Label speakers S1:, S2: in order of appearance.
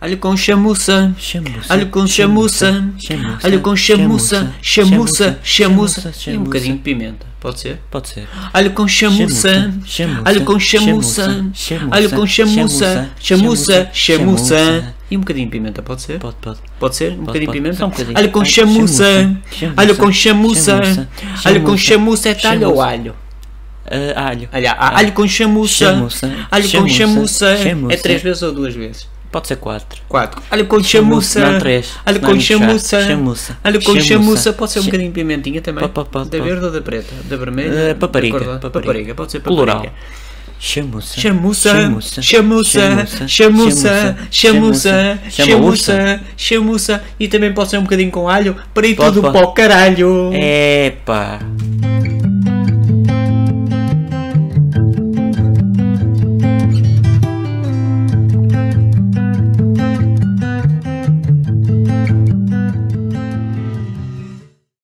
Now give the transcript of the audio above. S1: alho com chamuça,
S2: Chamuça,
S1: alho com chamuça,
S2: chamuça,
S1: alho com chamuça, chamuça,
S2: chamuça,
S1: chamuça
S2: chamuça,
S1: e um bocadinho de
S2: chamuça.
S1: pimenta, pode ser?
S2: Pode ser.
S1: Alho com chamuça,
S2: Chamuça,
S1: alho com
S2: chamuça,
S1: chamuça,
S2: chamuça,
S1: alho com chamuça,
S2: chamuça,
S1: chamuça,
S2: chamuça,
S1: chamuça
S2: chamuça.
S1: e um bocadinho de pimenta, pode ser?
S2: Pode, pode.
S1: Pode ser? Um bocadinho de
S2: pode.
S1: pimenta?
S2: Só um bocadinho.
S1: Alho com
S2: Ai,
S1: chamuça,
S2: chamuça,
S1: alho com
S2: chamuça,
S1: chamuça,
S2: chamuça,
S1: alho com chamuça é talho ou
S2: chamuça.
S1: alho?
S2: Ah, alho.
S1: Olha, há alho com chamuça,
S2: Chamuça,
S1: alho com
S2: chamuça,
S1: chamuça é
S2: chamuça.
S1: três vezes ou duas vezes?
S2: Pode ser quatro.
S1: Quatro. Alho com chamuça.
S2: Não, três.
S1: Alho
S2: Senão é
S1: com
S2: muito chato.
S1: chamuça.
S2: Chamuça.
S1: Alho com
S2: Chamuça.
S1: chamuça. Pode ser um
S2: Cha-
S1: bocadinho de pimentinha também.
S2: Pa- pa- pa-
S1: da
S2: pa-
S1: verde ou da preta? Da vermelha?
S2: Eh, papariga,
S1: Da cor da-
S2: papariga.
S1: papariga. Pode ser papariga.
S2: Plural. Chamuça.
S1: É Chamuça, chamuça, chamuça, chamuça, chamuça, chamuça e também pode ser um bocadinho com alho para ir
S2: Pode, É,
S1: tudo
S2: pode.
S1: para o caralho.
S2: Epa.